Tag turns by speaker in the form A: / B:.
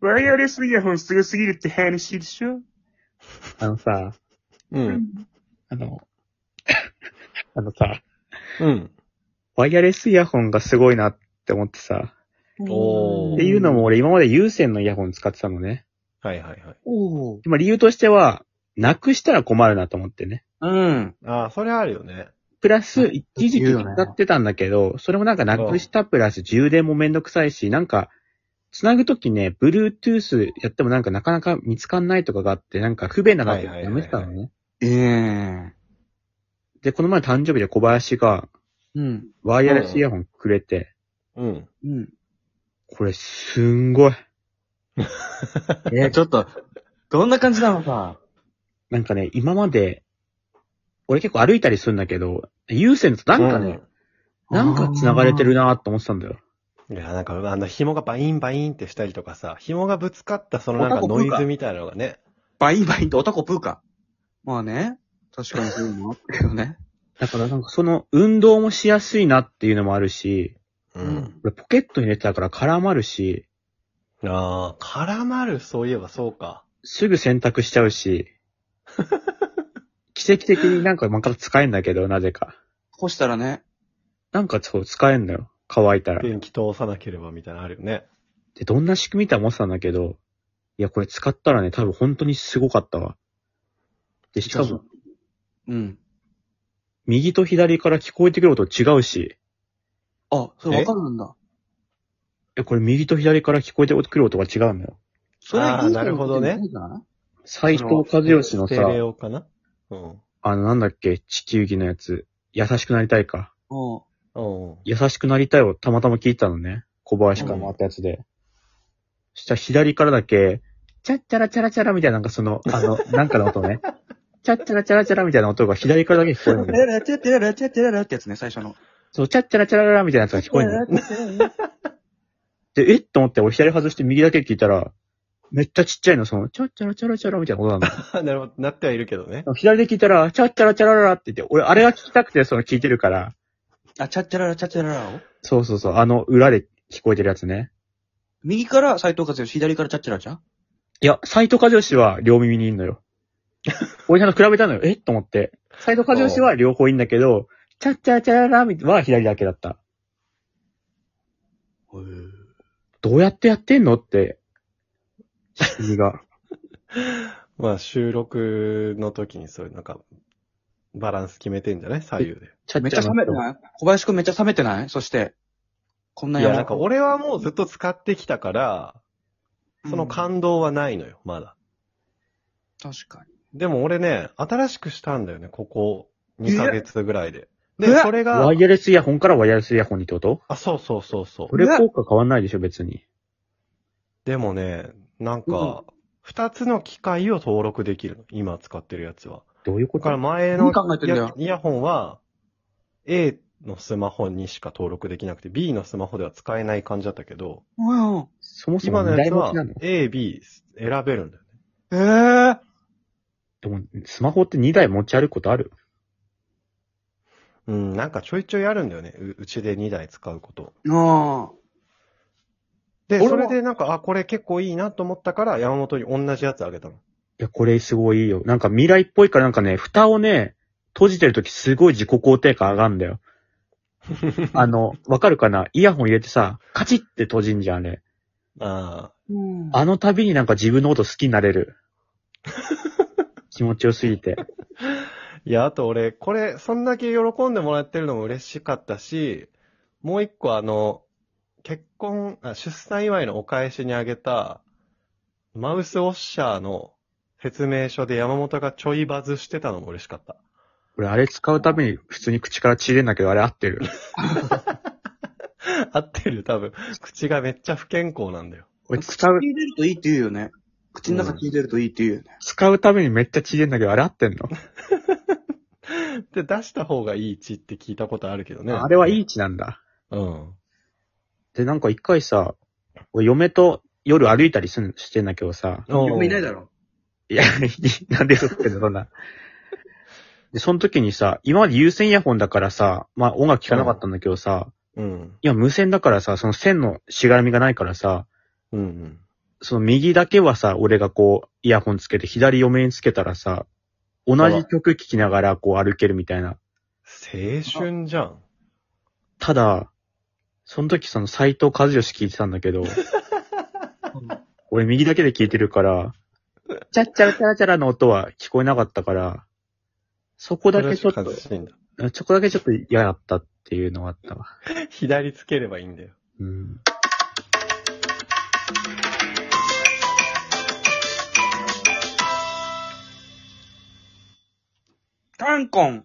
A: ワイヤレスイヤホンすごすぎるって話でしょ
B: あのさ、
C: うん。
B: あの、 あのさ、
C: うん。
B: ワイヤレスイヤホンがすごいなって思ってさ、
C: おー
B: っていうのも俺今まで有線のイヤホン使ってたのね。
C: はいはいはい。
A: おー
B: まあ理由としては、なくしたら困るなと思ってね。
A: うん。
C: ああ、それあるよね。
B: プラス、一時期
A: 言うよね
B: 使ってたんだけど、それもなんかなくしたプラス充電もめんどくさいし、なんか、つなぐときね、Bluetooth やってもなんかなかなか見つかんないとかがあって、なんか不便だなってやめてたの
C: はいはい
B: ね。
A: ええ。
B: で、この前誕生日で小林が
A: うん。
B: ワイヤレスイヤホンくれて、
C: うん。
A: うん。
B: これすんごい。
A: えー、ちょっと、どんな感じなのか。
B: なんかね、今まで、俺結構歩いたりするんだけど、有線だとなんかね、なんか繋がれてるなーって思ってたんだよ。
C: うん。いや、なんか、あの、紐がバインバインってしたりとかさ、紐がぶつかったそのなんかノイズみたいなのがね。
A: バインバインとオタコプーか。まあね。確かにそういうのあったけどね。
B: だからなんかその運動もしやすいなっていうのもあるし、
C: う。。
A: うん
B: 俺ポケットに入れてたから絡まるし、
C: ああ、絡まる、そういえばそうか。
B: すぐ洗濯しちゃう し、奇跡的になんかまた使えんだけど、なぜか。
A: 干したらね。
B: なんかそう使えんだよ。乾いたら。
C: 電気通さなければみたいなのあるよね。
B: で、どんな仕組みって思ってたんだけど、いや、これ使ったらね、多分本当にすごかったわ。で、しかも、
A: うん。
B: 右と左から聞こえてくる音違うし、
A: あ、それわかるんだ。
B: え、これ右と左から聞こえてくる音が違うんだよ。
A: それ
C: あー
A: いい
C: なるほどね
A: いいじゃない
B: 斎藤和義の
C: ステレ
B: さ、
C: オかなうん。
B: あの、なんだっけ、地球儀のやつ、優しくなりたいか。
A: うん。
C: うん。
B: 優しくなりたいをたまたま聞いたのね。小林からもらったやつで。そしたら左からだけ、チャッチャラチャラチャラみたいな、なんかその、 あの、なんかの音ね。チャッチャラチャラチャラみたいな音が左からだけ聞こえるん
A: テ
B: だよ。
A: ララテララテラララってやつね、最初の。
B: そう、チャッチャラチャラチャラみたいなやつが聞こえるんだよ。で、えっと思って、俺左外して右だけ聞いたら、めっちゃちっちゃいの、その、チャッチャラチャラチャラみたいな音なんだよ。
C: なるほど、なってはいるけどね。
B: 左で聞いたら、チャッチャラチャラララって言って、俺あれが聞きたくて、その聞いてるから、
A: あ、チャッチャララチャッチャララを
B: そうそうそう、あの裏で聞こえてるやつね。
A: 右から斎藤和義、左からチャッチャラちゃん
B: いや、斎藤和義は両耳にいんのよ。俺ちゃんと比べたのよ。えっと思って。斎藤和義は両方いいんだけど、チャッチャラチャラララは左だけだった。どうやってやってんのって、仕組みが。
C: まあ、収録の時にそういう、なんか、バランス決めてんじゃない左右で。
B: チャ
A: めっちゃ冷めて
B: い
A: ない小林くんめっちゃ冷めてないそして、こんない
C: や、なんか
A: 山
C: 俺はもうずっと使ってきたから、その感動はないのよ、まだ。
A: 確か
C: でも俺ね、新しくしたんだよね、ここ2ヶ月ぐらいで。
A: え
C: で、それが
B: ワ、イヤレスイヤホンからワイヤレスイヤホンにってこと
C: あ、そうそうそうそう
B: こ。れ効果変わんないでしょ、別に。
C: でもね、なんか、2つの機械を登録できるの、今使ってるやつは。
B: どういうこ
C: だ
B: と
C: から前
A: に。何
C: の
A: 考えてんだよ。
C: イヤイヤホンは、A のスマホにしか登録できなくて、B のスマホでは使えない感じだったけど、
A: うん。
B: そもそも
C: 今のや
B: 狙
C: つ
B: い持
C: は
B: ちなの
C: A、B 選べるんだよね。
A: ええ
B: でも、スマホって2台持ち歩くことある
C: うん、なんかちょいちょいあるんだよね、ううちで2台使うこと。
A: あ
C: で、
A: 俺も
C: それでなんか、あ、これ結構いいなと思ったから、山本に同じやつあげたの。
B: いや、これすごいいいよ。なんか未来っぽいからなんかね、蓋をね、閉じてるときすごい自己肯定感上がるんだよ。あの、わかるかなイヤホン入れてさ、カチッって閉じんじゃん、あれ。
C: ああ。
A: うん。
B: あの度になんか自分のこと好きになれる。気持ちよすぎて。
C: いや、あと俺、これ、そんだけ喜んでもらってるのも嬉しかったし、もう一個あの、結婚、あ出産祝いのお返しにあげた、マウスウォッシャーの説明書で山本がちょいバズしてたのも嬉しかった。
B: 俺、あれ使うために普通に口から血出んだけど、あれ合ってる。
C: 合ってる、多分。口がめっちゃ不健康なんだよ。
B: 俺、使う
A: 口、に入れるといいって言うよね。口の中に入れるといいって言うよね。
B: 使うためにめっちゃ血出んだけど、あれ合ってんの、
C: で、出した方がいい血って聞いたことあるけどね。
B: あれはい
C: い。
B: い血なんだ。
C: うん。
B: で、なんか一回さ、俺嫁と夜歩いたりすんしてんだけどさ、
A: 嫁いない
C: だ
A: だろ。
B: いや、 いなんでそうってんの、そんな。で、その時にさ、今まで有線イヤホンだからさ、まあ音楽聴かなかったんだけどさ、
C: うん。
B: 今無線だからさ、その線のしがらみがないからさ、
C: うんうん。
B: その右だけはさ、俺がこう、イヤホンつけて、左嫁につけたらさ、同じ曲聴きながらこう歩けるみたいな。
C: 青春じゃん。
B: ただ、その時その斎藤和義聞いてたんだけど、俺右だけで聞いてるから、チャッチャラチャラチャラの音は聞こえなかったから、そこだけちょっ
C: それは
B: と、
C: 悲しいんだ
B: そこだけちょっと嫌だったっていうのがあったわ。
C: 左つければいいんだよ。
B: うん。
A: カンコン